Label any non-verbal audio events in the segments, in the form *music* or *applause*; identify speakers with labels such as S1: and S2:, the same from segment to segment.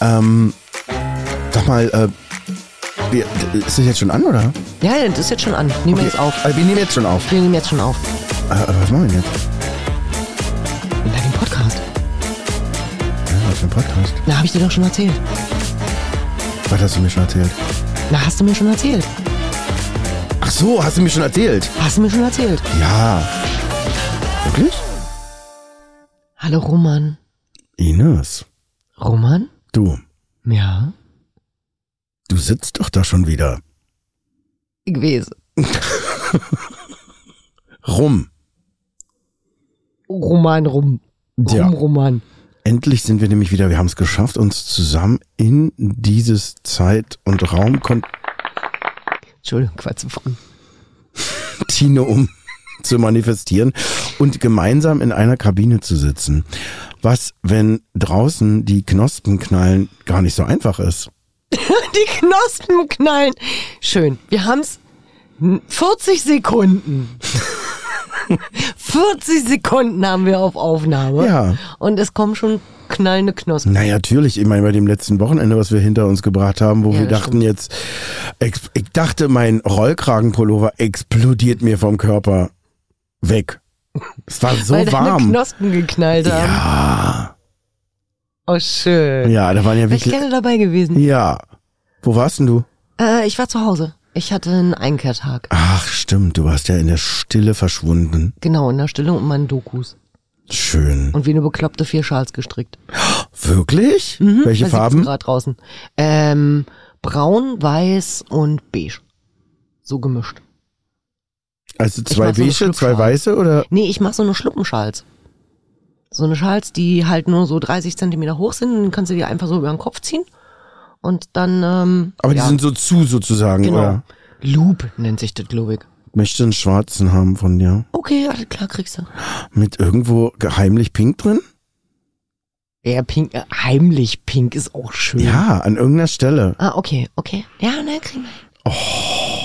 S1: Ähm, sag mal, äh, wir, ist das jetzt schon an, oder?
S2: Ja, ja, das ist jetzt schon an. Nehmen wir jetzt auf.
S1: Äh, wir nehmen jetzt schon auf.
S2: Wir nehmen jetzt schon auf.
S1: Äh, aber was machen wir denn jetzt?
S2: Na, den Podcast.
S1: Ja, was für ein Podcast?
S2: Na, habe ich dir doch schon erzählt.
S1: Was hast du mir schon erzählt?
S2: Na, hast du mir schon erzählt.
S1: Ach so, hast du mir schon erzählt?
S2: Hast du mir schon erzählt.
S1: Ja. Wirklich?
S2: Hallo Roman.
S1: Ines,
S2: Roman?
S1: du,
S2: Ja.
S1: du sitzt doch da schon wieder
S2: Gewesen.
S1: rum.
S2: Roman rum. Rum,
S1: Ja.
S2: Roman.
S1: Endlich sind wir nämlich wieder, wir haben es geschafft, uns zusammen in dieses Zeit- und Raumkontinent
S2: Entschuldigung, war zu früh. *laughs*
S1: um *laughs* zu manifestieren und gemeinsam in einer Kabine zu sitzen. Was, wenn draußen die Knospen knallen, gar nicht so einfach ist.
S2: Die Knospen knallen. Schön. Wir haben's. 40 Sekunden. *laughs* 40 Sekunden haben wir auf Aufnahme.
S1: Ja.
S2: Und es kommen schon knallende Knospen.
S1: Na ja, natürlich, ich meine, bei dem letzten Wochenende, was wir hinter uns gebracht haben, wo
S2: Ja,
S1: wir
S2: das
S1: dachten jetzt, ex- ich dachte, mein Rollkragenpullover explodiert mir vom Körper weg. Es war so
S2: weil deine
S1: warm.
S2: Knospen geknallt haben.
S1: Ja,
S2: Oh, schön.
S1: ja, da waren ja
S2: Wäre ich
S1: wirklich.
S2: gerne dabei gewesen.
S1: Ja. Wo warst denn du?
S2: Äh, ich war zu Hause. Ich hatte einen Einkehrtag.
S1: Ach, stimmt, du warst ja in der Stille verschwunden.
S2: Genau, in der Stille und meinen Dokus.
S1: Schön.
S2: Und wie eine Bekloppte vier Schals gestrickt.
S1: Wirklich? Welche
S2: Bei 17
S1: Farben?
S2: Grad draußen. Ähm, braun, weiß und beige. So gemischt.
S1: Also
S2: Ich
S1: zwei
S2: mag so eine
S1: beige, zwei
S2: Schlupfschale.
S1: weiße oder?
S2: Nee, ich mache so eine Schluppenschals. So eine Schals, die halt nur so 30 Zentimeter hoch sind. Dann kannst du die einfach so über den Kopf ziehen. Und dann, ähm,
S1: Aber
S2: ja,
S1: die sind so zu sozusagen,
S2: genau.
S1: oder?
S2: Loop nennt sich das, glaube ich.
S1: Möchte einen schwarzen haben von dir.
S2: Okay, alles klar, kriegst du.
S1: Mit irgendwo geheimlich pink drin?
S2: Ja, pink, äh, heimlich pink ist auch schön.
S1: Ja, an irgendeiner Stelle.
S2: Ah, okay, okay. Ja, ne, kriegen wir. hin.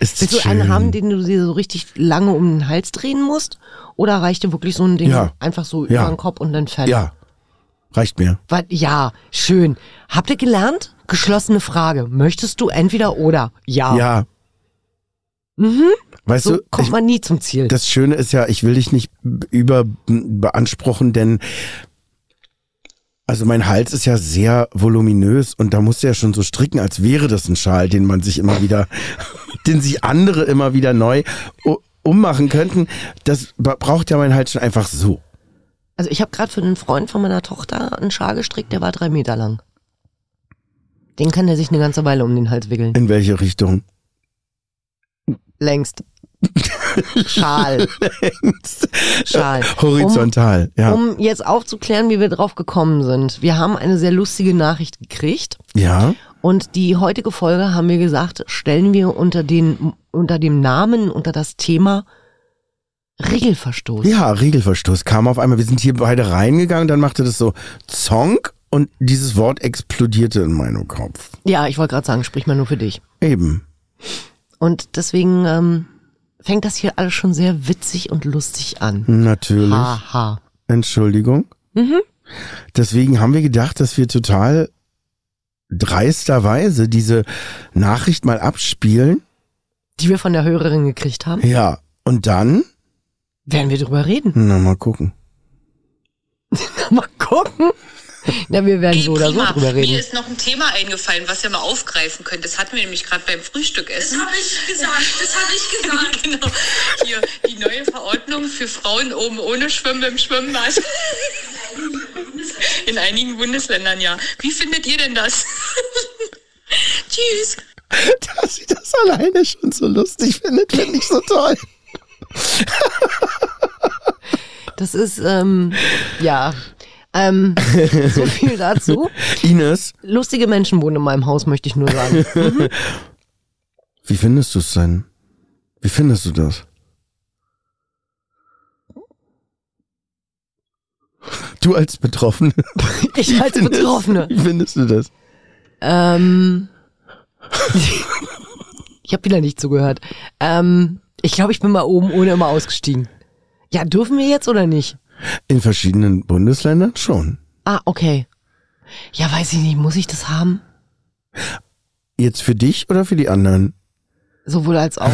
S1: Ist
S2: Willst du
S1: schön.
S2: einen haben, den du dir so richtig lange um den Hals drehen musst? Oder reicht dir wirklich so ein Ding
S1: Ja.
S2: einfach so
S1: Ja.
S2: über den Kopf und dann fertig?
S1: ja. Reicht mir.
S2: Was, ja, schön. Habt ihr gelernt? Geschlossene Frage. Möchtest du entweder oder? Ja.
S1: Ja. Weißt
S2: Mhm. So
S1: du,
S2: kommt
S1: ich,
S2: man nie zum Ziel.
S1: das Schöne ist ja, ich will dich nicht über beanspruchen, denn also mein Hals ist ja sehr voluminös und da musst du ja schon so stricken, als wäre das ein Schal, den man sich immer wieder, *laughs* den sich andere immer wieder neu u- ummachen könnten. Das ba- braucht ja mein Hals schon einfach so.
S2: Also ich habe gerade für einen Freund von meiner Tochter einen Schal gestrickt, der war drei Meter lang. Den kann der sich eine ganze Weile um den Hals wickeln.
S1: In welche Richtung? *laughs*
S2: Längst. Schal. Schal.
S1: Horizontal, ja.
S2: Um jetzt aufzuklären, wie wir drauf gekommen sind. Wir haben eine sehr lustige Nachricht gekriegt.
S1: ja.
S2: Und die heutige Folge haben wir gesagt, stellen wir unter, den, unter dem Namen, unter das Thema Regelverstoß.
S1: Ja, Regelverstoß kam auf einmal. Wir sind hier beide reingegangen, dann machte das so Zonk und dieses Wort explodierte in meinem Kopf.
S2: Ja, ich wollte gerade sagen, sprich mal nur für dich.
S1: Eben.
S2: Und deswegen ähm, fängt das hier alles schon sehr witzig und lustig an.
S1: Natürlich.
S2: Haha.
S1: Entschuldigung. Mhm. Deswegen haben wir gedacht, dass wir total dreisterweise diese Nachricht mal abspielen.
S2: Die wir von der Hörerin gekriegt haben,
S1: Ja. Und dann?
S2: werden wir drüber reden. *laughs*
S1: Na, mal gucken.
S2: mal gucken. Na, wir werden so oder so
S3: Prima.
S2: drüber
S3: Mir
S2: reden.
S3: ist noch ein Thema eingefallen, was wir mal aufgreifen können. Das hatten wir nämlich gerade beim Frühstückessen.
S4: Das habe ich gesagt, das habe ich gesagt.
S3: *laughs* Genau. Hier, die neue Verordnung für Frauen oben ohne Schwimmen im Schwimmbad. In einigen Bundesländern, ja. Wie findet ihr denn das? *laughs* Tschüss.
S1: *laughs* Dass sie das alleine schon so lustig findet, finde ich so toll.
S2: Das ist, ähm, ja, ähm, so viel dazu.
S1: Ines,
S2: Lustige Menschen wohnen in meinem Haus, möchte ich nur sagen.
S1: wie findest du es denn? Wie findest du das? Du als Betroffene.
S2: Ich als
S1: findest-
S2: Betroffene.
S1: Wie findest du das?
S2: Ähm, *laughs* ich habe wieder nicht zugehört. Ähm, ich glaube, ich bin mal oben ohne immer ausgestiegen. Ja, dürfen wir jetzt oder nicht?
S1: In verschiedenen Bundesländern schon.
S2: Ah, okay. Ja, weiß ich nicht, muss ich das haben?
S1: Jetzt für dich oder für die anderen?
S2: Sowohl als auch.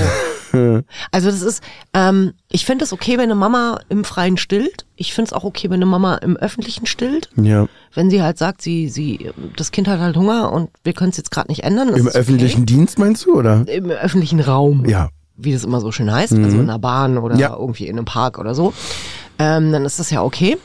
S2: also das ist, ähm, ich finde es okay, wenn eine Mama im Freien stillt. Ich finde es auch okay, wenn eine Mama im Öffentlichen stillt.
S1: Ja.
S2: Wenn sie halt sagt, sie, sie, das Kind hat halt Hunger und wir können es jetzt gerade nicht ändern. das
S1: Im
S2: ist okay.
S1: öffentlichen Dienst meinst du, oder?
S2: Im öffentlichen Raum.
S1: Ja. Mhm.
S2: wie das immer so schön heißt, also in der Bahn oder
S1: Ja.
S2: irgendwie in einem Park oder so, ähm, dann ist das ja okay.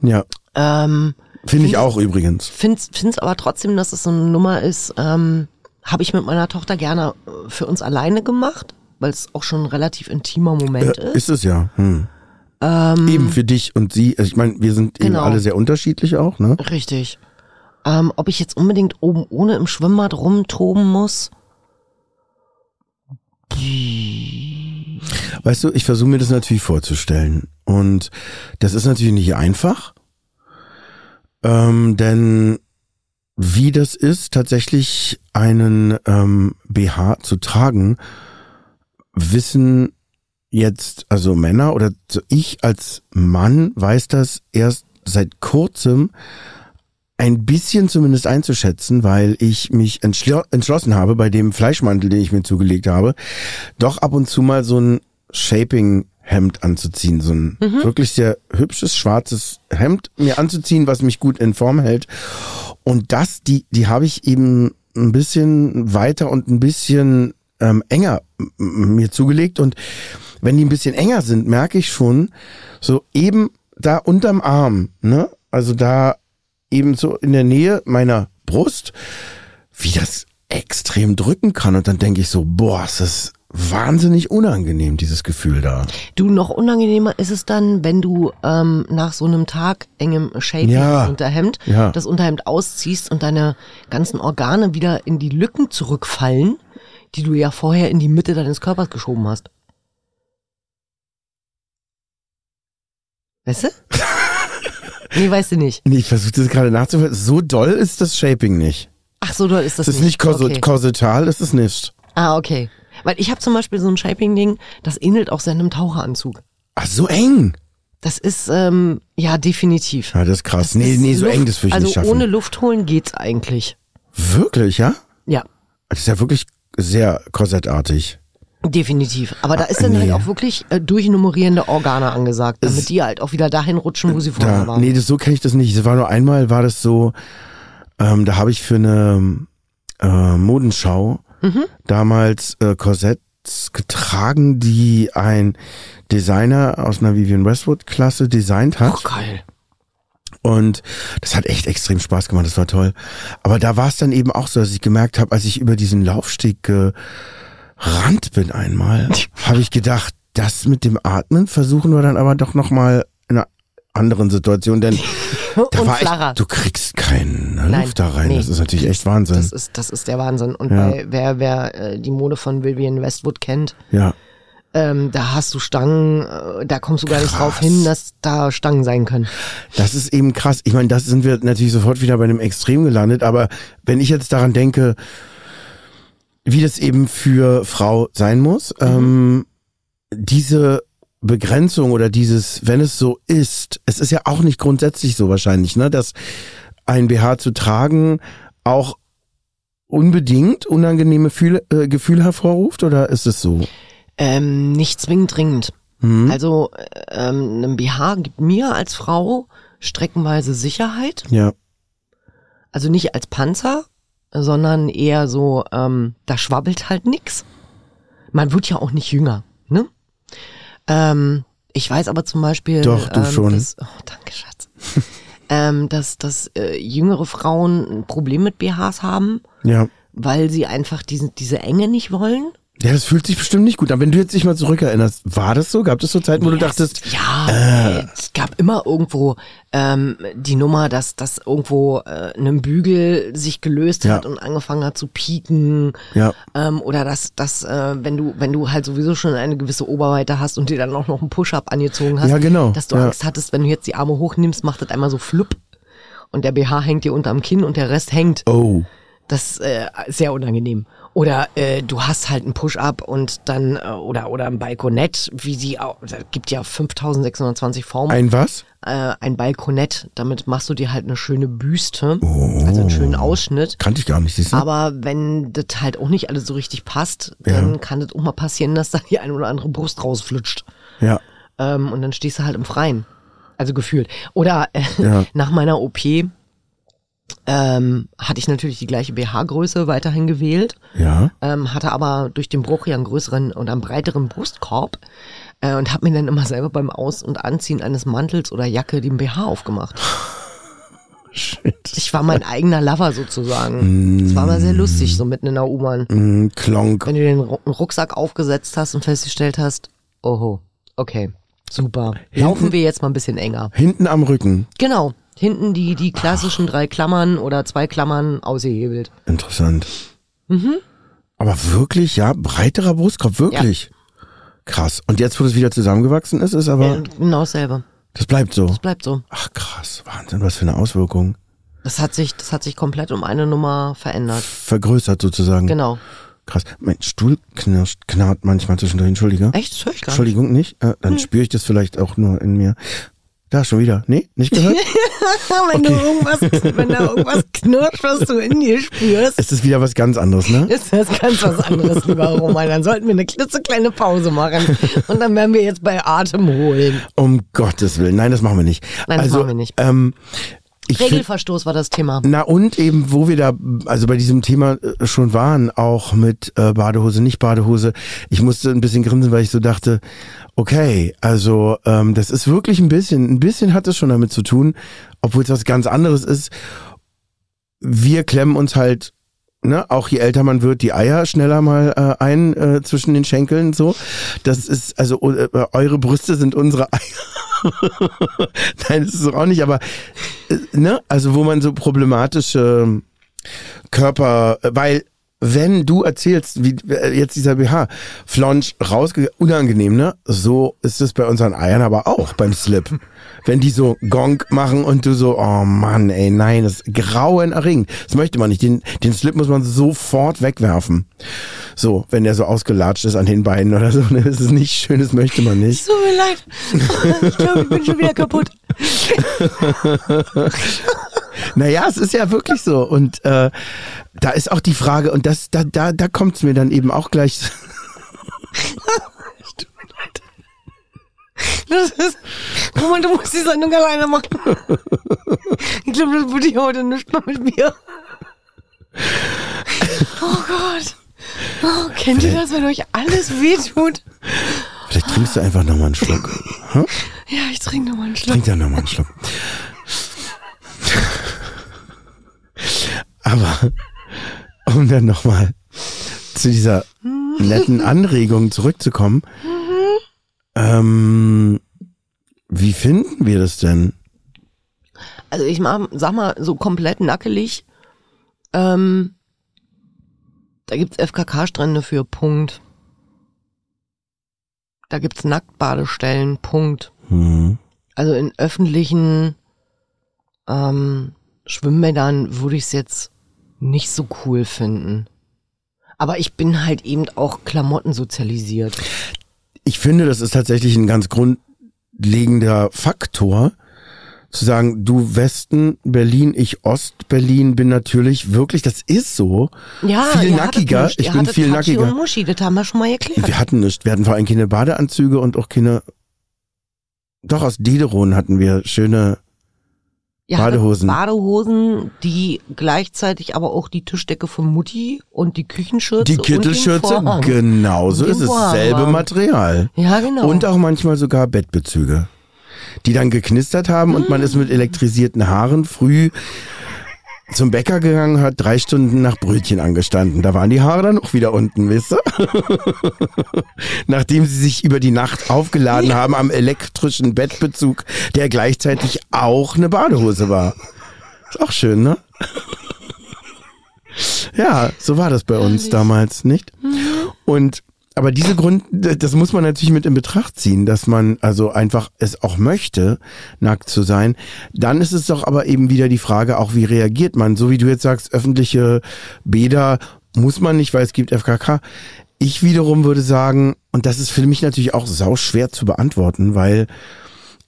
S1: Ja.
S2: Ähm,
S1: Finde ich auch übrigens.
S2: find's, find's aber trotzdem, dass es so eine Nummer ist, ähm, habe ich mit meiner Tochter gerne äh, für uns alleine gemacht, weil es auch schon ein relativ intimer Moment
S1: Äh,
S2: ist.
S1: ist es ja. Hm. eben für dich und sie. Also ich meine, wir sind eben
S2: Ähm. Genau.
S1: alle sehr unterschiedlich auch, ne?
S2: Richtig. Ähm, ob ich jetzt unbedingt oben ohne im Schwimmbad rumtoben muss?
S1: Weißt du, ich versuche mir das natürlich vorzustellen. Und das ist natürlich nicht einfach. Ähm, denn wie das ist, tatsächlich einen ähm, BH zu tragen, wissen jetzt, also Männer oder so ich als Mann weiß das erst seit kurzem ein bisschen zumindest einzuschätzen, weil ich mich entschl entschlossen habe, bei dem Fleischmantel, den ich mir zugelegt habe, doch ab und zu mal so ein Shaping-Hemd anzuziehen, so ein wirklich sehr hübsches schwarzes Hemd mir anzuziehen, was mich gut in Form hält. Und das, die, die habe ich eben ein bisschen weiter und ein bisschen ähm, enger m- m- mir zugelegt. Und wenn die ein bisschen enger sind, merke ich schon, so eben da unterm Arm, ne? Also da eben so in der Nähe meiner Brust, wie das extrem drücken kann. Und dann denke ich so, boah, es ist wahnsinnig unangenehm, dieses Gefühl da.
S2: Du, noch unangenehmer ist es dann, wenn du ähm, nach so einem Tag engem Shaping
S1: Ja.
S2: Unterhemd
S1: Ja.
S2: das Unterhemd ausziehst und deine ganzen Organe wieder in die Lücken zurückfallen, die du ja vorher in die Mitte deines Körpers geschoben hast.
S1: *laughs*
S2: Weißt du? nee, weißt du nicht.
S1: Nee, ich versuche das gerade nachzuvollziehen. So doll ist das Shaping nicht.
S2: Ach so, doll ist das
S1: Das ist nicht korset-
S2: okay.
S1: korsetal, das ist nicht.
S2: Ah, okay. Weil ich habe zum Beispiel so ein Shaping-Ding, das ähnelt auch seinem Taucheranzug.
S1: Ach, so eng. Das
S2: Das ist, ähm, ja, definitiv.
S1: ja, das ist krass.
S2: Das
S1: nee,
S2: ist
S1: nee, so
S2: Luft-
S1: eng, das will ich
S2: also
S1: nicht schaffen.
S2: ohne Luft holen geht's eigentlich.
S1: wirklich, ja?
S2: Ja,
S1: Das ist ja wirklich sehr korsettartig.
S2: definitiv. Aber da ist dann
S1: nee.
S2: halt auch wirklich äh, durchnummerierende Organe angesagt, damit die halt auch wieder dahin rutschen, wo sie vorher
S1: Da,
S2: waren.
S1: nee, das, so kenne ich das nicht. Es war nur einmal, war das so, ähm, da habe ich für eine äh, Modenschau
S2: Mhm.
S1: damals äh, Korsetts getragen, die ein Designer aus einer Vivian Westwood-Klasse designt hat.
S2: Oh, geil.
S1: Und das hat echt extrem Spaß gemacht, das war toll. Aber da war es dann eben auch so, dass ich gemerkt habe, als ich über diesen Laufsteg gerannt bin
S2: *laughs*
S1: einmal, habe ich gedacht, das mit dem Atmen versuchen wir dann aber doch nochmal in einer anderen Situation, denn da
S2: Und
S1: war
S2: flacher.
S1: echt, du kriegst keinen ne,
S2: Nein,
S1: Luft da rein.
S2: nee.
S1: Das ist natürlich echt Wahnsinn.
S2: Das ist, das ist der Wahnsinn. Und
S1: Ja.
S2: bei, wer, wer äh, die Mode von Vivian Westwood kennt,
S1: ja.
S2: ähm, da hast du Stangen, äh, da kommst du gar nicht
S1: Krass.
S2: drauf hin, dass da Stangen sein können.
S1: Das ist eben krass. Ich meine, das sind wir natürlich sofort wieder bei einem Extrem gelandet, aber wenn ich jetzt daran denke, wie das eben für Frau sein muss,
S2: Mhm.
S1: ähm, diese Begrenzung oder dieses, wenn es so ist, es ist ja auch nicht grundsätzlich so wahrscheinlich, ne, dass ein BH zu tragen auch unbedingt unangenehme Fühle, äh, Gefühle hervorruft oder ist es so?
S2: Ähm, nicht zwingend dringend.
S1: Hm?
S2: Also äh, ähm, ein BH gibt mir als Frau streckenweise Sicherheit.
S1: Ja,
S2: Also nicht als Panzer, sondern eher so, ähm, da schwabbelt halt nix. Man wird ja auch nicht jünger, ne? Ähm, ich weiß aber zum Beispiel.
S1: Doch, du
S2: ähm,
S1: schon.
S2: Dass, oh,
S1: *laughs*
S2: danke, Schatz. ähm, dass dass äh, jüngere Frauen ein Problem mit BHs haben,
S1: ja.
S2: weil sie einfach diesen, diese Enge nicht wollen.
S1: Ja, das fühlt sich bestimmt nicht gut an. Wenn du jetzt dich mal zurückerinnerst, war das so? Gab es so Zeiten, wo du
S2: Ja,
S1: dachtest, äh.
S2: es- Ja, äh, es gab immer irgendwo ähm, die Nummer, dass dass irgendwo äh, ein Bügel sich gelöst
S1: Ja.
S2: hat und angefangen hat zu pieken.
S1: Ja.
S2: Ähm, oder dass, dass äh, wenn du, wenn du halt sowieso schon eine gewisse Oberweite hast und dir dann auch noch einen Push-Up angezogen hast,
S1: Ja, genau.
S2: dass du
S1: Ja.
S2: Angst hattest, wenn du jetzt die Arme hochnimmst, macht das einmal so flupp und der BH hängt dir unterm Kinn und der Rest hängt.
S1: Oh.
S2: Das ist äh, sehr unangenehm. Oder äh, du hast halt einen Push-Up und dann, äh, oder, oder ein Balkonett, wie sie auch, da gibt ja 5620 Formen.
S1: Ein was?
S2: äh, ein Balkonett, damit machst du dir halt eine schöne Büste,
S1: Oh.
S2: also einen schönen Ausschnitt.
S1: Kannte ich gar nicht, siehst du?
S2: Aber wenn das halt auch nicht alles so richtig passt, dann kann das auch mal passieren, dass da die eine oder andere Brust rausflutscht.
S1: ja.
S2: Ähm, und dann stehst du halt im Freien. Also gefühlt. Oder äh,
S1: Ja.
S2: *laughs* nach meiner OP ähm, hatte ich natürlich die gleiche BH-Größe weiterhin gewählt,
S1: Ja.
S2: ähm, hatte aber durch den Bruch ja einen größeren und einen breiteren Brustkorb äh, und habe mir dann immer selber beim Aus- und Anziehen eines Mantels oder Jacke den BH aufgemacht.
S1: Shit.
S2: Ich war mein eigener Lover sozusagen. Es war mal sehr lustig, so mitten in der U-Bahn.
S1: Mm, Klonk.
S2: Wenn du den Ru- Rucksack aufgesetzt hast und festgestellt hast, oho, okay, super. Laufen wir jetzt mal ein bisschen enger.
S1: Hinten am Rücken.
S2: Genau. Hinten die, die klassischen drei Klammern oder zwei Klammern ausgehebelt.
S1: Interessant.
S2: Mhm.
S1: Aber wirklich, ja, breiterer Brustkorb, wirklich. Krass. Und jetzt, wo das wieder zusammengewachsen ist, ist aber,
S2: Äh, Genau dasselbe.
S1: das bleibt so.
S2: Das bleibt so.
S1: Ach krass, Wahnsinn, was für eine Auswirkung.
S2: Das hat sich, das hat sich komplett um eine Nummer verändert.
S1: Vergrößert sozusagen.
S2: Genau.
S1: Krass. Mein Stuhl knirscht, knarrt manchmal zwischendurch, entschuldige.
S2: Echt? Das höre ich gar nicht. *laughs* Hm.
S1: Entschuldigung, nicht? Äh, dann spüre ich das vielleicht auch nur in mir. Da schon wieder. Nee, nicht
S2: *laughs*
S1: gehört?
S2: Wenn, du irgendwas, wenn da irgendwas knirscht, was du in dir spürst,
S1: es ist wieder was ganz anderes, ne?
S2: ist das ganz was anderes, lieber Roman. Dann sollten wir eine klitzekleine Pause machen. Und dann werden wir jetzt bei Atem holen.
S1: Um Gottes Willen. Nein, das machen wir nicht.
S2: Nein, das
S1: also,
S2: machen wir nicht.
S1: Ähm, ich find-
S2: Regelverstoß war das Thema.
S1: Na und eben, wo wir da, also bei diesem Thema äh, schon waren, auch mit äh, Badehose, nicht Badehose, ich musste ein bisschen grinsen, weil ich so dachte, okay, also ähm, das ist wirklich ein bisschen, ein bisschen hat es schon damit zu tun, obwohl es was ganz anderes ist. Wir klemmen uns halt, ne, auch je älter man wird, die Eier schneller mal äh, ein äh, zwischen den Schenkeln so. Das ist, also äh, eure Brüste sind unsere Eier. *laughs* Nein, das ist es auch nicht, aber äh, ne, also wo man so problematische ähm, Körper, weil wenn du erzählst, wie äh, jetzt dieser BH Flonsch rausge unangenehm, ne? So ist es bei unseren Eiern aber auch beim Slip. Wenn die so Gong machen und du so, oh Mann, ey, nein, das ist grauenerregend. Das möchte man nicht. Den, den Slip muss man sofort wegwerfen. So, wenn der so ausgelatscht ist an den Beinen oder so, *laughs* ne? Das ist nicht schön, das möchte man nicht.
S2: Es tut mir leid. *laughs* Ich glaube, ich bin schon wieder kaputt.
S1: Naja, es ist ja wirklich so. Und äh, da ist auch die Frage, und das, da, da, da kommt's mir dann eben auch gleich.
S2: Das ist, Roman, du musst die Sendung alleine machen. Ich glaube, das wird hier heute nicht mehr mit mir. Oh Gott. Oh, kennt ihr das, wenn euch alles wehtut?
S1: Vielleicht trinkst du einfach nochmal einen Schluck. Hm?
S2: Ja, ich trinke nochmal einen Schluck.
S1: Trink da nochmal einen Schluck. Aber um dann nochmal zu dieser netten Anregung zurückzukommen, ähm, wie finden wir das denn?
S2: Also ich mach, sag mal, so komplett nackelig. Ähm, da gibt's FKK-Strände für, Punkt. Da gibt's Nacktbadestellen, Punkt.
S1: Hm.
S2: Also in öffentlichen ähm, Schwimmbädern würde ich's jetzt nicht so cool finden. Aber ich bin halt eben auch Klamotten sozialisiert.
S1: ich finde, das ist tatsächlich ein ganz grundlegender Faktor, zu sagen, du Westen Berlin, ich Ost Berlin bin natürlich wirklich, das ist so.
S2: Ja,
S1: Viel
S2: ihr hattet
S1: nackiger,
S2: Musch-
S1: ich
S2: ihr
S1: bin
S2: hattet
S1: viel
S2: Tachi
S1: nackiger.
S2: Und Muschi, das haben wir schon mal erklärt.
S1: Wir hatten nichts, wir hatten vor allem keine Badeanzüge und auch keine, doch aus Dideron hatten wir schöne,
S2: Ja,
S1: Badehosen.
S2: Badehosen, die gleichzeitig aber auch die Tischdecke von Mutti und die Küchenschürze.
S1: die
S2: Und
S1: Kittelschürze,
S2: den Vorhang.
S1: genau so
S2: Und den
S1: ist es,
S2: Vorhang
S1: selbe
S2: waren.
S1: Material.
S2: Ja, genau.
S1: Und auch manchmal sogar Bettbezüge, die dann geknistert haben und man ist
S2: Ah.
S1: mit elektrisierten Haaren früh zum Bäcker gegangen, hat drei Stunden nach Brötchen angestanden. Da waren die Haare dann auch wieder unten, wisst ihr? *laughs* Nachdem sie sich über die Nacht aufgeladen haben am elektrischen Bettbezug, der gleichzeitig auch eine Badehose war. Ist auch schön, ne? Ja, so war das bei uns damals, nicht? Und aber diese Grund, das muss man natürlich mit in Betracht ziehen, dass man also einfach es auch möchte, nackt zu sein. Dann ist es doch aber eben wieder die Frage, auch wie reagiert man? So wie du jetzt sagst, öffentliche Bäder, Muss man nicht, weil es gibt FKK. Ich wiederum würde sagen, und das ist für mich natürlich auch sau schwer zu beantworten, weil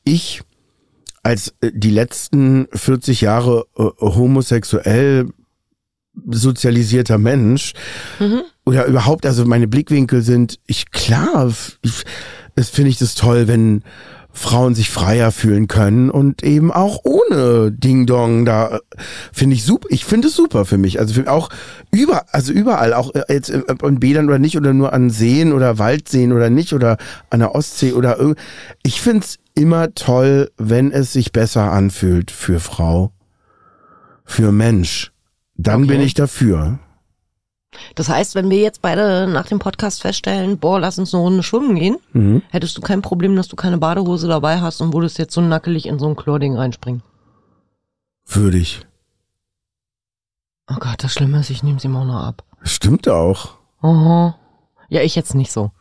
S1: ich als äh, die letzten 40 Jahre äh, homosexuell sozialisierter Mensch oder überhaupt, also meine Blickwinkel sind, ich klar, f- f- es finde ich das toll, wenn Frauen sich freier fühlen können und eben auch ohne Ding Dong da äh, finde ich super ich finde es super für mich also für, auch über also überall auch äh, jetzt äh, an Bädern oder nicht oder nur an Seen oder Waldseen oder nicht oder an der Ostsee oder irg- ich finde es immer toll wenn es sich besser anfühlt für Frau für Mensch dann
S2: Okay.
S1: bin ich dafür
S2: Das heißt, wenn wir jetzt beide nach dem Podcast feststellen, boah, lass uns eine Runde schwimmen gehen, hättest du kein Problem, dass du keine Badehose dabei hast und würdest jetzt so nackelig in so ein Chlording reinspringen.
S1: würde ich
S2: Oh Gott, das Schlimme ist, ich nehme sie ihm auch noch ab.
S1: stimmt auch
S2: Aha. Ja, ich jetzt nicht so.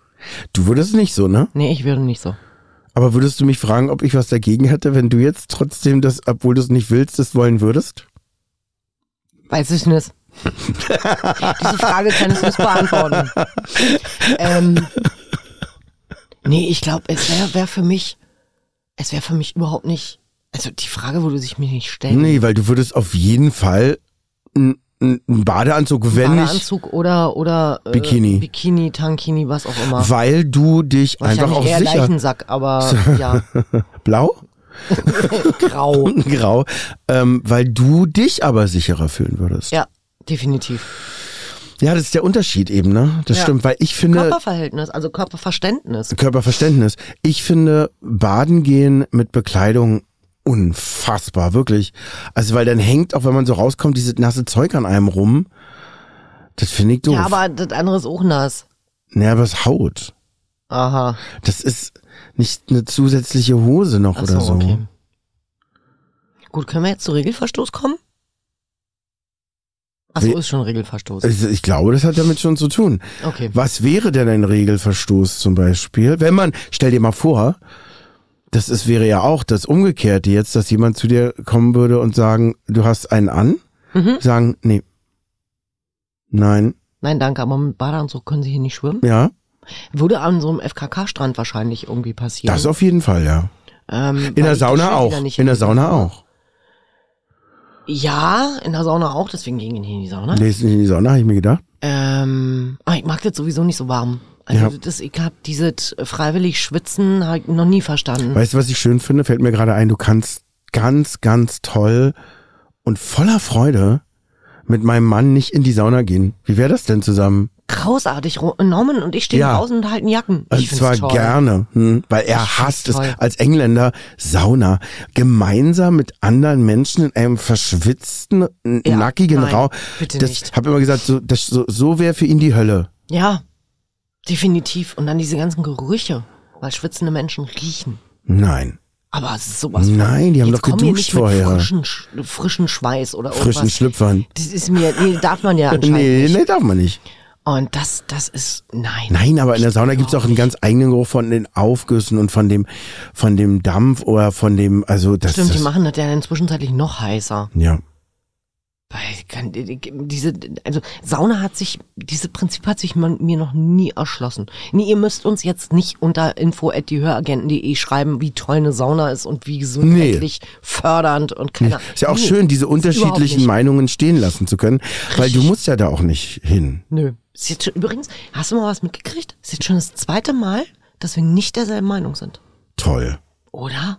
S1: du würdest nicht so ne
S2: Nee, ich würde nicht so.
S1: Aber würdest du mich fragen, ob ich was dagegen hätte, wenn du jetzt trotzdem das, obwohl du es nicht willst, das wollen würdest?
S2: Weiß ich nicht. *laughs* Diese Frage kann ich nicht beantworten. Ähm, nee, ich glaube, es wäre wär für mich, es wäre für mich überhaupt nicht, also die Frage würde sich mir nicht stellen.
S1: Nee, weil du würdest auf jeden Fall einen Badeanzug, wenn nicht,
S2: Badeanzug oder, oder äh,
S1: Bikini.
S2: Bikini, Tankini, was auch immer.
S1: weil du dich einfach
S2: Wahrscheinlich
S1: auch
S2: eher
S1: sicher.
S2: Leichensack, aber
S1: *laughs*
S2: ja,
S1: Blau?
S2: grau.
S1: Grau. Ähm, weil du dich aber sicherer fühlen würdest.
S2: Ja, definitiv.
S1: Ja, das ist der Unterschied eben, ne? Das
S2: Ja.
S1: stimmt, weil ich finde.
S2: Körperverhältnis, also Körperverständnis.
S1: Körperverständnis. Ich finde Baden gehen mit Bekleidung unfassbar, wirklich. Also weil dann hängt auch, wenn man so rauskommt, dieses nasse Zeug an einem rum. Das finde ich doof.
S2: Ja, aber das andere ist auch nass.
S1: naja, aber es haut.
S2: Aha.
S1: Das ist nicht eine zusätzliche Hose noch
S2: Ach
S1: oder so.
S2: okay. Gut, können wir jetzt zu Regelverstoß kommen? Achso,
S1: Wie-
S2: ist schon Regelverstoß.
S1: Also Ich glaube, das hat damit schon zu tun.
S2: Okay.
S1: Was wäre denn ein Regelverstoß zum Beispiel? Wenn man, stell dir mal vor, das ist, wäre ja auch das Umgekehrte jetzt, dass jemand zu dir kommen würde und sagen, du hast einen an,
S2: Mhm.
S1: sagen, nee, nein,
S2: Nein, danke, aber mit Badeanzug können Sie hier nicht schwimmen.
S1: ja,
S2: Würde an so einem FKK-Strand wahrscheinlich irgendwie passieren.
S1: das auf jeden Fall, ja.
S2: ähm,
S1: In der
S2: weil die
S1: Sauna
S2: Schwimmbäder
S1: auch,
S2: nicht
S1: in der
S2: hin-
S1: Sauna auch.
S2: Ja, in der Sauna auch, deswegen gehen wir nicht in die Sauna.
S1: Nee, ist nicht in die Sauna, habe ich mir gedacht.
S2: Ähm, ah, ich mag das sowieso nicht so warm. Also
S1: Ja.
S2: das, ich hab dieses äh, freiwillig Schwitzen halt noch nie verstanden.
S1: Weißt du, was ich schön finde? Fällt mir gerade ein, du kannst ganz, ganz toll und voller Freude mit meinem Mann nicht in die Sauna gehen. Wie wäre das denn zusammen?
S2: Großartig, Ro- Norman und ich stehen
S1: Ja.
S2: draußen und halten Jacken.
S1: Und
S2: ich find's
S1: Also zwar
S2: toll.
S1: gerne, hm, weil
S2: Ich
S1: er
S2: find's
S1: hasst es
S2: toll.
S1: als Engländer Sauna gemeinsam mit anderen Menschen in einem verschwitzten, n-
S2: Ja,
S1: nackigen
S2: nein,
S1: Raum.
S2: bitte
S1: das
S2: nicht.
S1: habe immer gesagt, so, das, so, so wäre für ihn die Hölle.
S2: Ja, definitiv. Und dann diese ganzen Gerüche, weil schwitzende Menschen riechen.
S1: Nein,
S2: Aber es ist sowas von-
S1: Nein, die haben
S2: Jetzt
S1: doch
S2: komm hier nicht
S1: geduscht vorher.
S2: Mit frischen, Sch- frischen Schweiß oder
S1: frischen
S2: irgendwas.
S1: Schlüpfern.
S2: Das ist mir, nee, darf
S1: *laughs*
S2: man ja Oh, anscheinend
S1: Nee,
S2: nicht.
S1: nee, darf man nicht.
S2: Und das, das ist, nein.
S1: Nein, aber in der Sauna gibt's auch einen
S2: Genau.
S1: ganz eigenen Geruch von den Aufgüssen und von dem, von dem Dampf oder von dem, also das
S2: Stimmt, die
S1: das,
S2: machen das ja dann zwischenzeitlich noch heißer.
S1: Ja.
S2: Weil ich kann- diese, also Sauna hat sich, dieses Prinzip hat sich man, mir noch nie erschlossen. Nee, ihr müsst uns jetzt nicht unter info.diehöragenten.de schreiben, wie toll eine Sauna ist und wie gesundheitlich fördernd und keine
S1: Ist ja auch
S2: Nee,
S1: schön, diese
S2: überhaupt
S1: unterschiedlichen
S2: nicht.
S1: Meinungen stehen lassen zu können, weil du musst ja da auch nicht hin.
S2: Nö. Ist jetzt schon, übrigens, hast du mal was mitgekriegt? Ist jetzt schon das zweite Mal, dass wir nicht derselben Meinung sind.
S1: Toll.
S2: Oder?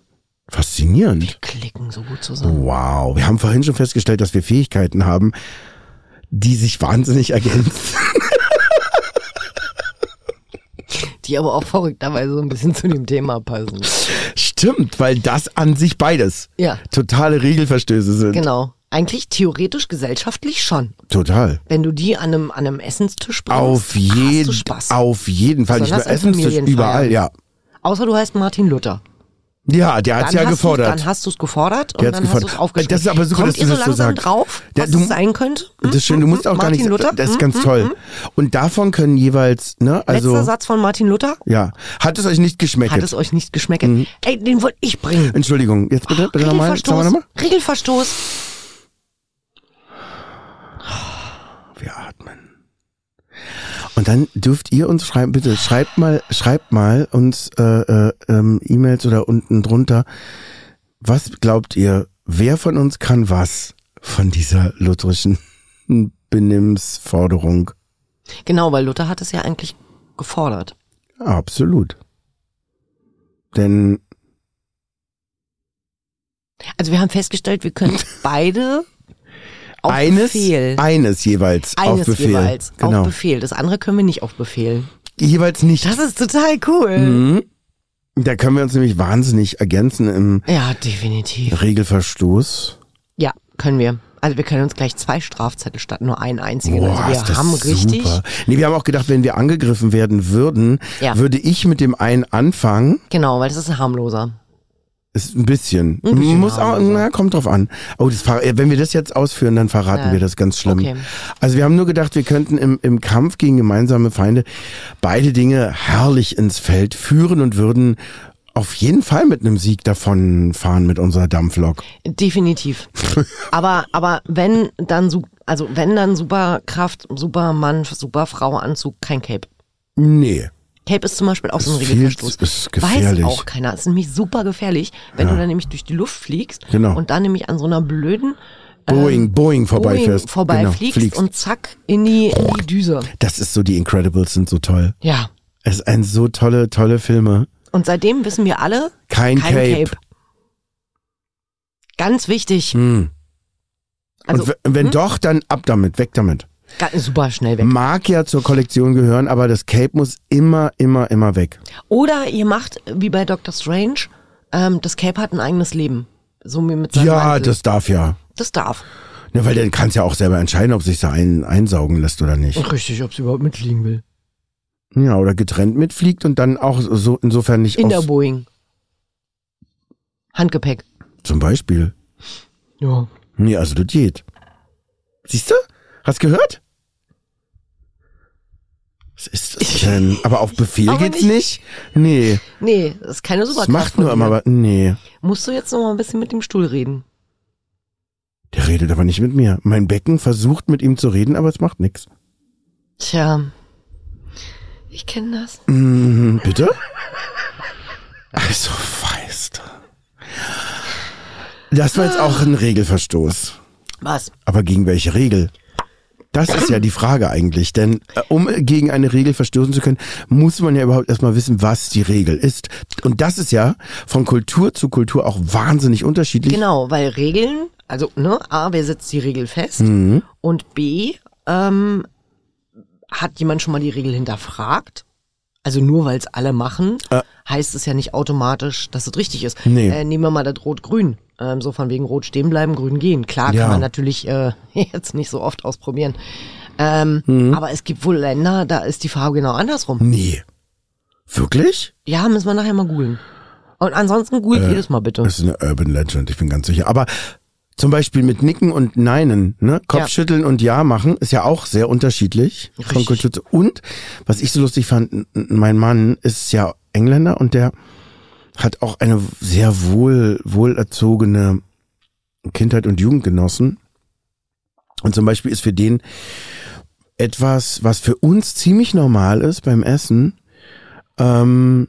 S1: Faszinierend.
S2: Klicken so gut zusammen.
S1: Wow, wir haben vorhin schon festgestellt, dass wir Fähigkeiten haben, die sich wahnsinnig ergänzen.
S2: *laughs* Die aber auch verrückterweise so ein bisschen zu dem Thema passen.
S1: Stimmt, weil das an sich beides
S2: Ja.
S1: totale Regelverstöße sind.
S2: Genau. Eigentlich theoretisch gesellschaftlich schon.
S1: Total.
S2: Wenn du die an einem, an einem Essenstisch bringst,
S1: Auf,
S2: hast
S1: jeden,
S2: du Spaß. Also
S1: auf jeden Fall. Nicht nur
S2: Besonders an
S1: Essenstisch,
S2: Familienfeiern.
S1: überall, ja.
S2: Außer du heißt Martin Luther.
S1: Ja, der hat's
S2: Dann
S1: ja
S2: hast
S1: gefordert.
S2: Du's, dann hast du es gefordert und
S1: Der hat's
S2: dann
S1: gefordert.
S2: hast du es aufgeschrieben.
S1: Das ist aber super,
S2: Kommt
S1: dass
S2: ihr
S1: du
S2: so
S1: das so
S2: langsam
S1: sagst.
S2: drauf,
S1: Der-
S2: was
S1: du-
S2: es sein könnte? Hm?
S1: das ist schön, du musst auch
S2: Martin
S1: gar nicht.
S2: Luther?
S1: Das ist
S2: Hm?
S1: ganz toll. Und davon können jeweils, ne, also.
S2: Letzter Satz von Martin Luther.
S1: Ja. Hat es euch nicht geschmeckt?
S2: Hat es euch nicht geschmeckt? Ey, den wollte ich bringen.
S1: Entschuldigung, jetzt bitte, Mhm. bitte nochmal. Sagen wir
S2: Regelverstoß.
S1: nochmal.
S2: Regelverstoß.
S1: Wir atmen. Und dann dürft ihr uns schreiben, bitte schreibt mal, schreibt mal uns äh, äh, ähm, E-Mails oder unten drunter. Was glaubt ihr, wer von uns kann was von dieser lutherischen *laughs* Benimmsforderung?
S2: Genau, weil Luther hat es ja eigentlich gefordert.
S1: Absolut. Denn
S2: Also wir haben festgestellt,
S1: *laughs*
S2: wir können beide auf
S1: eines,
S2: Befehl.
S1: eines jeweils auf
S2: eines
S1: Befehl.
S2: jeweils.
S1: Genau.
S2: Auf Befehl. Das andere können wir nicht auf Befehl.
S1: jeweils nicht.
S2: Das ist total cool.
S1: Mhm. Da können wir uns nämlich wahnsinnig ergänzen im
S2: Ja, definitiv.
S1: Regelverstoß.
S2: Ja, können wir. Also wir können uns gleich zwei Strafzettel statt nur einen einzigen.
S1: Boah,
S2: also
S1: ist
S2: wir
S1: das
S2: haben richtig.
S1: super. Nee, wir haben auch gedacht, wenn wir angegriffen werden würden,
S2: Ja.
S1: würde ich mit dem einen anfangen.
S2: Genau, weil das ist ein harmloser.
S1: Ist ein bisschen.
S2: Ein bisschen
S1: Muss auch,
S2: harmloser.
S1: na, kommt drauf an. Oh, das, ver- wenn wir das jetzt ausführen, dann verraten
S2: Ja.
S1: wir das ganz schlimm.
S2: Okay.
S1: Also wir haben nur gedacht, wir könnten im, im Kampf gegen gemeinsame Feinde beide Dinge herrlich ins Feld führen und würden auf jeden Fall mit einem Sieg davon fahren mit unserer Dampflok. *laughs*
S2: Definitiv. aber, aber wenn dann su- also wenn dann Superkraft, Supermann, Superfrau, Anzug, kein Cape. Ähm,
S1: Nee.
S2: Cape ist zum Beispiel auch so ein
S1: Ist viel
S2: Regelverstoß.
S1: zu- ist gefährlich.
S2: Weiß auch keiner. Ist nämlich super gefährlich, wenn du dann nämlich durch die Luft fliegst
S1: Genau.
S2: und dann nämlich an so einer blöden äh,
S1: Boeing, Boeing vorbeifährst. Genau,
S2: Boeing vorbeifliegst
S1: fliegst.
S2: und zack in die, in die Düse.
S1: das ist so, die Incredibles sind so toll.
S2: Ja.
S1: Es sind so tolle, tolle Filme.
S2: Und seitdem wissen wir alle,
S1: Kein,
S2: kein
S1: Cape.
S2: Cape. Ganz wichtig.
S1: Hm.
S2: Also
S1: und w- wenn doch, dann ab damit, weg damit.
S2: ga- super schnell weg.
S1: Mag ja zur Kollektion gehören, aber das Cape muss immer, immer, immer weg.
S2: Oder ihr macht, wie bei Doctor Strange, ähm, das Cape hat ein eigenes Leben. So wie mit seinem
S1: Ja,
S2: Mantel.
S1: das darf ja.
S2: das darf.
S1: Na, weil dann kannst ja auch selber entscheiden, ob sich da ein, einsaugen lässt oder nicht.
S2: Richtig, ob sie überhaupt mitfliegen will.
S1: Ja, oder getrennt mitfliegt und dann auch so insofern nicht
S2: In der
S1: aufs,
S2: Boeing. Handgepäck.
S1: Zum Beispiel.
S2: Ja.
S1: Nee, also das geht. Siehst du? Hast gehört? Was ist das denn? Aber auf Befehl
S2: Aber
S1: geht's nicht? Nee.
S2: Nee, das ist keine
S1: Das
S2: Superkraft.
S1: macht
S2: von
S1: nur
S2: dir.
S1: immer was. Nee.
S2: Musst du jetzt noch mal ein bisschen mit dem Stuhl reden?
S1: Der redet aber nicht mit mir. Mein Becken versucht mit ihm zu reden, aber es macht nix.
S2: Tja. Ich kenne das.
S1: Mhm, bitte? Also weißt. du. Das war jetzt auch ein Regelverstoß.
S2: Was?
S1: Aber gegen welche Regel? Das ist ja die Frage eigentlich, denn äh, um gegen eine Regel verstoßen zu können, muss man ja überhaupt erstmal wissen, was die Regel ist. Und das ist ja von Kultur zu Kultur auch wahnsinnig unterschiedlich.
S2: Genau, weil Regeln, also ne, A, wer setzt die Regel fest?
S1: Mhm.
S2: Und B, ähm, hat jemand schon mal die Regel hinterfragt? Also nur weil es alle machen, heißt es ja nicht automatisch, dass es richtig ist.
S1: Äh. Nee.
S2: Äh, nehmen wir mal das Rot-Grün. Ähm, so von wegen Rot stehen bleiben, Grün gehen. Klar
S1: Ja.
S2: kann man natürlich äh, *laughs* jetzt nicht so oft ausprobieren. Ähm,
S1: Mhm.
S2: Aber es gibt wohl Länder, da ist die Farbe genau andersrum.
S1: Nee. Wirklich?
S2: Ja, müssen wir nachher mal googeln. Und ansonsten googelt
S1: Äh,
S2: jedes Mal bitte.
S1: Das ist eine Urban Legend, ich bin ganz sicher. Aber zum Beispiel mit Nicken und Neinen, ne? Kopfschütteln und Ja machen, ist ja auch sehr unterschiedlich. Von
S2: Richtig.
S1: Kultur zu. Und was ich so lustig fand, n- n- mein Mann ist ja Engländer und der hat auch eine sehr wohl, wohlerzogene Kindheit und Jugend genossen. Und zum Beispiel ist für den etwas, was für uns ziemlich normal ist beim Essen, ähm,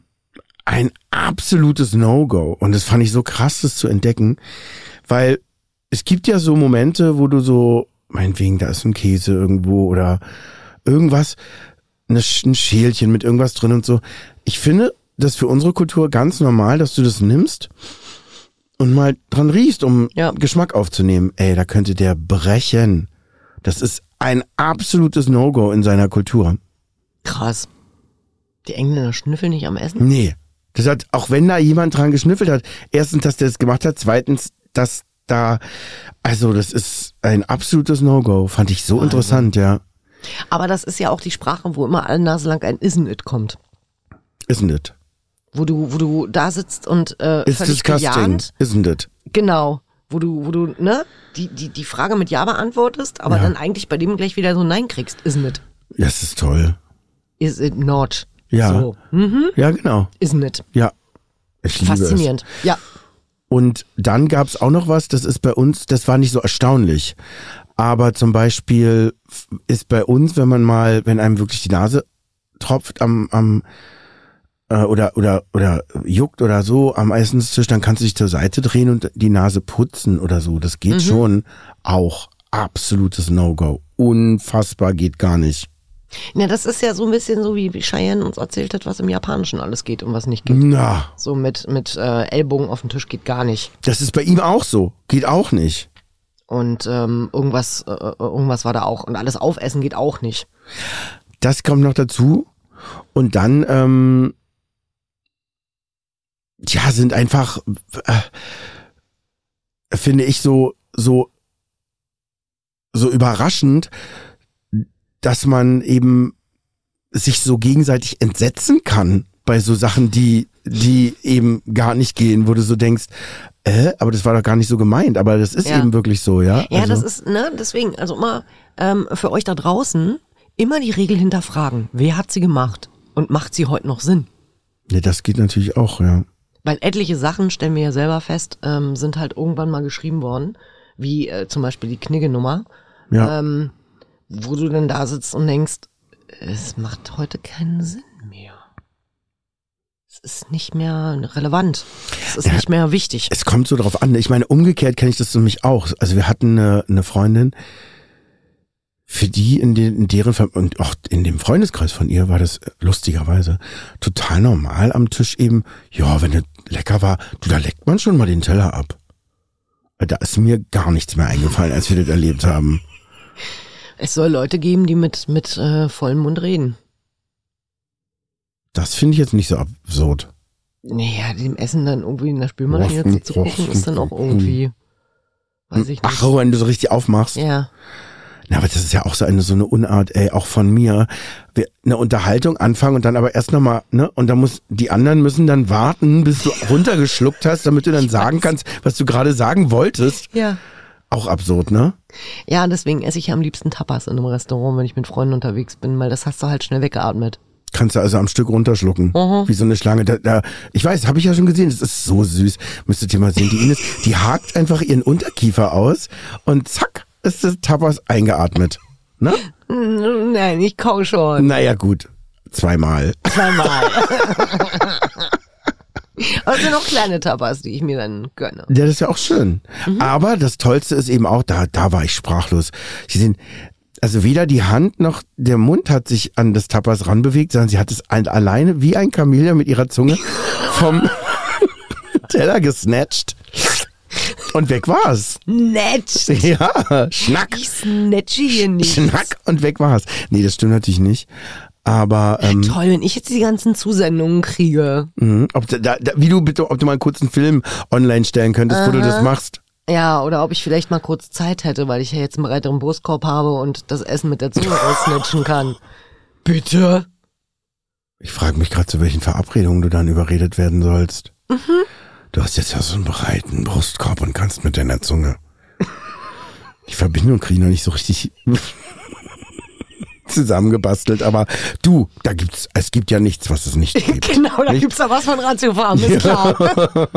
S1: ein absolutes No-Go. Und das fand ich so krass, das zu entdecken, weil es gibt ja so Momente, wo du so, meinetwegen, da ist ein Käse irgendwo oder irgendwas, eine, Sch- ein Schälchen mit irgendwas drin und so. Ich finde das für unsere Kultur ganz normal, dass du das nimmst und mal dran riechst, um
S2: Ja.
S1: Geschmack aufzunehmen. Ey, da könnte der brechen. Das ist ein absolutes No-Go in seiner Kultur.
S2: Krass. Die Engländer schnüffeln nicht am Essen?
S1: Nee. Das hat, auch wenn da jemand dran geschnüffelt hat, erstens, dass der es gemacht hat, zweitens, dass da, also das ist ein absolutes No-Go. Fand ich so interessant, ja.
S2: Aber das ist ja auch die Sprache, wo immer alle Nase lang ein Isn't it kommt.
S1: Isn't it?
S2: Wo du, wo du da sitzt und äh,
S1: It's
S2: völlig
S1: disgusting.
S2: bejahend.
S1: Isn't it?
S2: Genau. Wo du, wo du, ne, die, die, die Frage mit Ja beantwortest, aber
S1: Ja.
S2: dann eigentlich bei dem gleich wieder so ein Nein kriegst. Isn't it?
S1: Das ist toll.
S2: Is it not?
S1: Ja.
S2: So. Mhm.
S1: Ja, genau.
S2: Isn't it?
S1: Ja. Ich liebe es.
S2: Faszinierend. Ja.
S1: Und dann gab's auch noch was, das ist bei uns, das war nicht so erstaunlich. Aber zum Beispiel f- ist bei uns, wenn man mal, wenn einem wirklich die Nase tropft am, am äh, oder oder oder juckt oder so am Essenstisch, dann kannst du dich zur Seite drehen und die Nase putzen oder so. Das geht schon auch absolutes No-Go. Unfassbar geht gar nicht.
S2: Na, das ist ja so ein bisschen so, wie wie Cheyenne uns erzählt hat, was im Japanischen alles geht und was nicht geht.
S1: Na,
S2: So mit, mit äh, Ellbogen auf den Tisch geht gar nicht.
S1: das ist bei ihm auch so. Geht auch nicht.
S2: Und ähm, irgendwas, äh, äh, irgendwas war da auch. Und alles aufessen geht auch nicht.
S1: Das kommt noch dazu. Und dann, ähm, ja, sind einfach, äh, finde ich so, so, so überraschend, dass man eben sich so gegenseitig entsetzen kann bei so Sachen, die, die eben gar nicht gehen, wo du so denkst, äh, aber das war doch gar nicht so gemeint, aber das ist
S2: Ja.
S1: eben wirklich so, ja.
S2: Ja,
S1: Also-
S2: das ist, ne, deswegen, also immer ähm, für euch da draußen, immer die Regel hinterfragen. Wer hat sie gemacht? Und macht sie heute noch Sinn?
S1: Ja, das geht natürlich auch, ja.
S2: Weil etliche Sachen, stellen wir ja selber fest, ähm, sind halt irgendwann mal geschrieben worden, wie äh, zum Beispiel die Knigge-Nummer,
S1: Ja,
S2: ähm, wo du dann da sitzt und denkst, es macht heute keinen Sinn mehr. Es ist nicht mehr relevant. Es ist
S1: Ja.
S2: nicht mehr wichtig.
S1: Es kommt so drauf an. Ich meine, umgekehrt kenne ich das nämlich auch. Also wir hatten eine, eine Freundin, für die in, den, in deren Ver- und auch in dem Freundeskreis von ihr war das äh, lustigerweise total normal am Tisch eben. Ja, wenn es lecker war, du, da leckt man schon mal den Teller ab. Äh, Da ist mir gar nichts mehr eingefallen, als wir das erlebt haben.
S2: Es soll Leute geben, die mit, mit äh, vollem Mund reden.
S1: Das finde ich jetzt nicht so absurd.
S2: Naja, dem Essen dann irgendwie in der Spülmaschine zuzugucken, ist dann auch irgendwie, weiß ich nicht.
S1: Ach, wenn du so richtig aufmachst.
S2: Ja,
S1: Na, aber das ist ja auch so eine so eine Unart, ey, auch von mir. Wir, eine Unterhaltung anfangen und dann aber erst nochmal, ne? Und dann muss die anderen müssen dann warten, bis du runtergeschluckt hast, damit du dann sagen kannst, was du gerade sagen wolltest.
S2: ja.
S1: Auch absurd, ne?
S2: Ja, deswegen esse ich ja am liebsten Tapas in einem Restaurant, wenn ich mit Freunden unterwegs bin, weil das hast du halt schnell weggeatmet.
S1: Kannst du also am Stück runterschlucken. Wie so eine Schlange. Da, da, ich weiß, habe ich ja schon gesehen. Das ist so süß. Müsstet ihr mal sehen. Die Ines, die hakt einfach ihren Unterkiefer aus und zack, ist das Tapas eingeatmet. Ne?
S2: Mm, Nein, ich kau *laughs* schon.
S1: Naja, gut. Zweimal.
S2: *laughs* Zweimal. Aber es sind auch Also kleine Tapas, die ich mir dann gönne.
S1: Ja, das ist ja auch schön. Aber das Tollste ist eben auch, da, da war ich sprachlos. Sie sind, also weder die Hand noch der Mund hat sich an das Tapas ranbewegt, sondern sie hat es ein, alleine wie ein Chamäleon mit ihrer Zunge vom Teller gesnatcht. Und weg war's.
S2: Nett.
S1: Ja, schnack,
S2: Ich snatche hier nicht.
S1: schnack und weg war's. Nee, das stimmt natürlich nicht. Aber ähm,
S2: Toll, wenn ich jetzt die ganzen Zusendungen kriege.
S1: mh, ob, da, da, wie du bitte, ob du mal einen kurzen Film online stellen könntest, wo du das machst.
S2: Ja, oder ob ich vielleicht mal kurz Zeit hätte, weil ich ja jetzt einen breiteren Brustkorb habe und das Essen mit der Zunge raussnatchen kann. Bitte?
S1: Ich frage mich gerade, zu welchen Verabredungen du dann überredet werden sollst.
S2: Mhm.
S1: Du hast jetzt ja so einen breiten Brustkorb und kannst mit deiner Zunge. Die Verbindung kriege ich noch nicht so richtig *laughs* zusammengebastelt, aber du, da gibt's, es gibt ja nichts, was es nicht gibt.
S2: *laughs* *laughs* Genau, da gibt's da was von Ratio Farm, ist klar.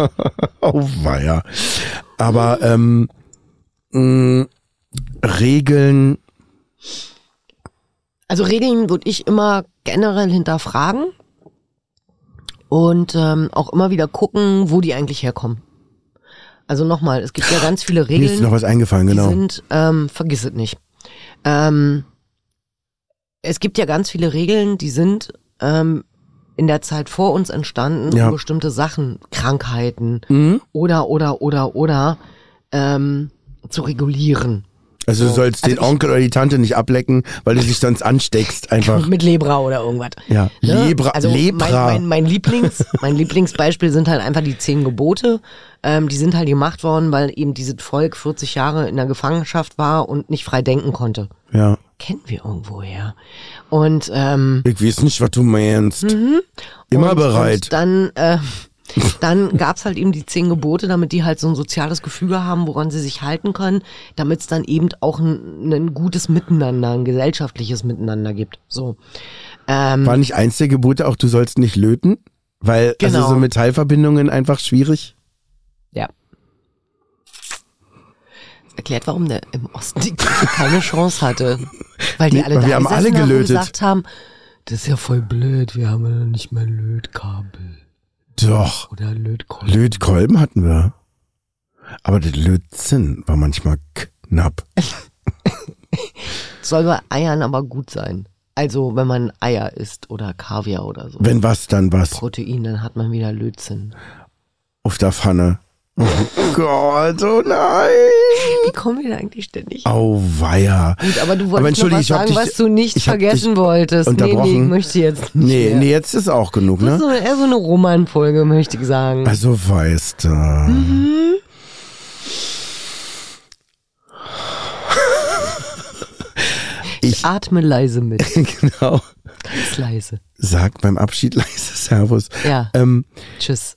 S1: Oh weia. Aber ähm, mh, Regeln,
S2: Also Regeln würde ich immer generell hinterfragen und ähm, auch immer wieder gucken, wo die eigentlich herkommen. Also nochmal, es gibt ja ganz viele
S1: mir ist
S2: Regeln,
S1: noch was eingefallen,
S2: die
S1: genau.
S2: sind, ähm, vergiss es nicht. Ähm, es gibt ja ganz viele Regeln, die sind ähm, in der Zeit vor uns entstanden,
S1: Ja.
S2: um bestimmte Sachen, Krankheiten
S1: Mhm.
S2: oder oder oder oder ähm, zu regulieren.
S1: Also du sollst
S2: Also
S1: den
S2: ich-
S1: Onkel oder die Tante nicht ablecken, weil du dich sonst ansteckst einfach.
S2: Mit Lebra oder irgendwas.
S1: Ja,
S2: Ne?
S1: Lebra.
S2: Also
S1: Lebra.
S2: Mein, mein,
S1: *laughs*
S2: mein, Lieblings, mein Lieblingsbeispiel sind halt einfach die zehn Gebote. Ähm, die sind halt gemacht worden, weil eben dieses Volk 40 Jahre in der Gefangenschaft war und nicht frei denken konnte.
S1: ja.
S2: Kennen wir irgendwoher. Und ähm,
S1: Ich weiß nicht, was du meinst. Immer
S2: Mhm. und,
S1: bereit.
S2: Und dann äh, *laughs* dann gab's halt eben die zehn Gebote, damit die halt so ein soziales Gefüge haben, woran sie sich halten können, damit es dann eben auch ein, ein gutes Miteinander, ein gesellschaftliches Miteinander gibt. So. Ähm,
S1: War nicht eins der Gebote auch, du sollst nicht löten? Weil
S2: Genau.
S1: also so Metallverbindungen einfach schwierig.
S2: Ja. erklärt, warum der im Osten die Kirche keine Chance hatte. Weil die
S1: Nee,
S2: alle
S1: weil
S2: da
S1: wir haben alle
S2: gesessen haben und
S1: gelötet.
S2: gesagt haben, das ist ja voll blöd, wir haben ja nicht mehr Lötkabel
S1: Doch.
S2: oder Lötkolben.
S1: Lötkolben hatten wir. Aber das Lötzinn war manchmal
S2: *laughs*
S1: knapp.
S2: Soll bei Eiern aber gut sein. Also, wenn man Eier isst oder Kaviar oder so.
S1: Wenn was, dann was.
S2: Protein, dann hat man wieder Lötzinn.
S1: Auf der Pfanne. Oh Gott, oh nein.
S2: Wie kommen wir da eigentlich ständig?
S1: Auweia.
S2: Gut, aber du
S1: Aber
S2: wolltest noch
S1: entschuldige,
S2: was
S1: ich hab
S2: sagen,
S1: dich-
S2: was du nicht
S1: ich hab
S2: vergessen
S1: dich
S2: wolltest. Nee, nee,
S1: unterbrochen.
S2: möchte ich jetzt nicht
S1: Nee,
S2: mehr.
S1: nee, jetzt ist auch genug, ne?
S2: Das ist so eine, eher so eine Roman-Folge, möchte ich sagen.
S1: Also weißt du.
S2: Mhm.
S1: Ich,
S2: Atme leise mit.
S1: *laughs* genau,
S2: Ganz leise.
S1: sag *laughs* beim Abschied leise Servus.
S2: Ja,
S1: Ähm,
S2: tschüss.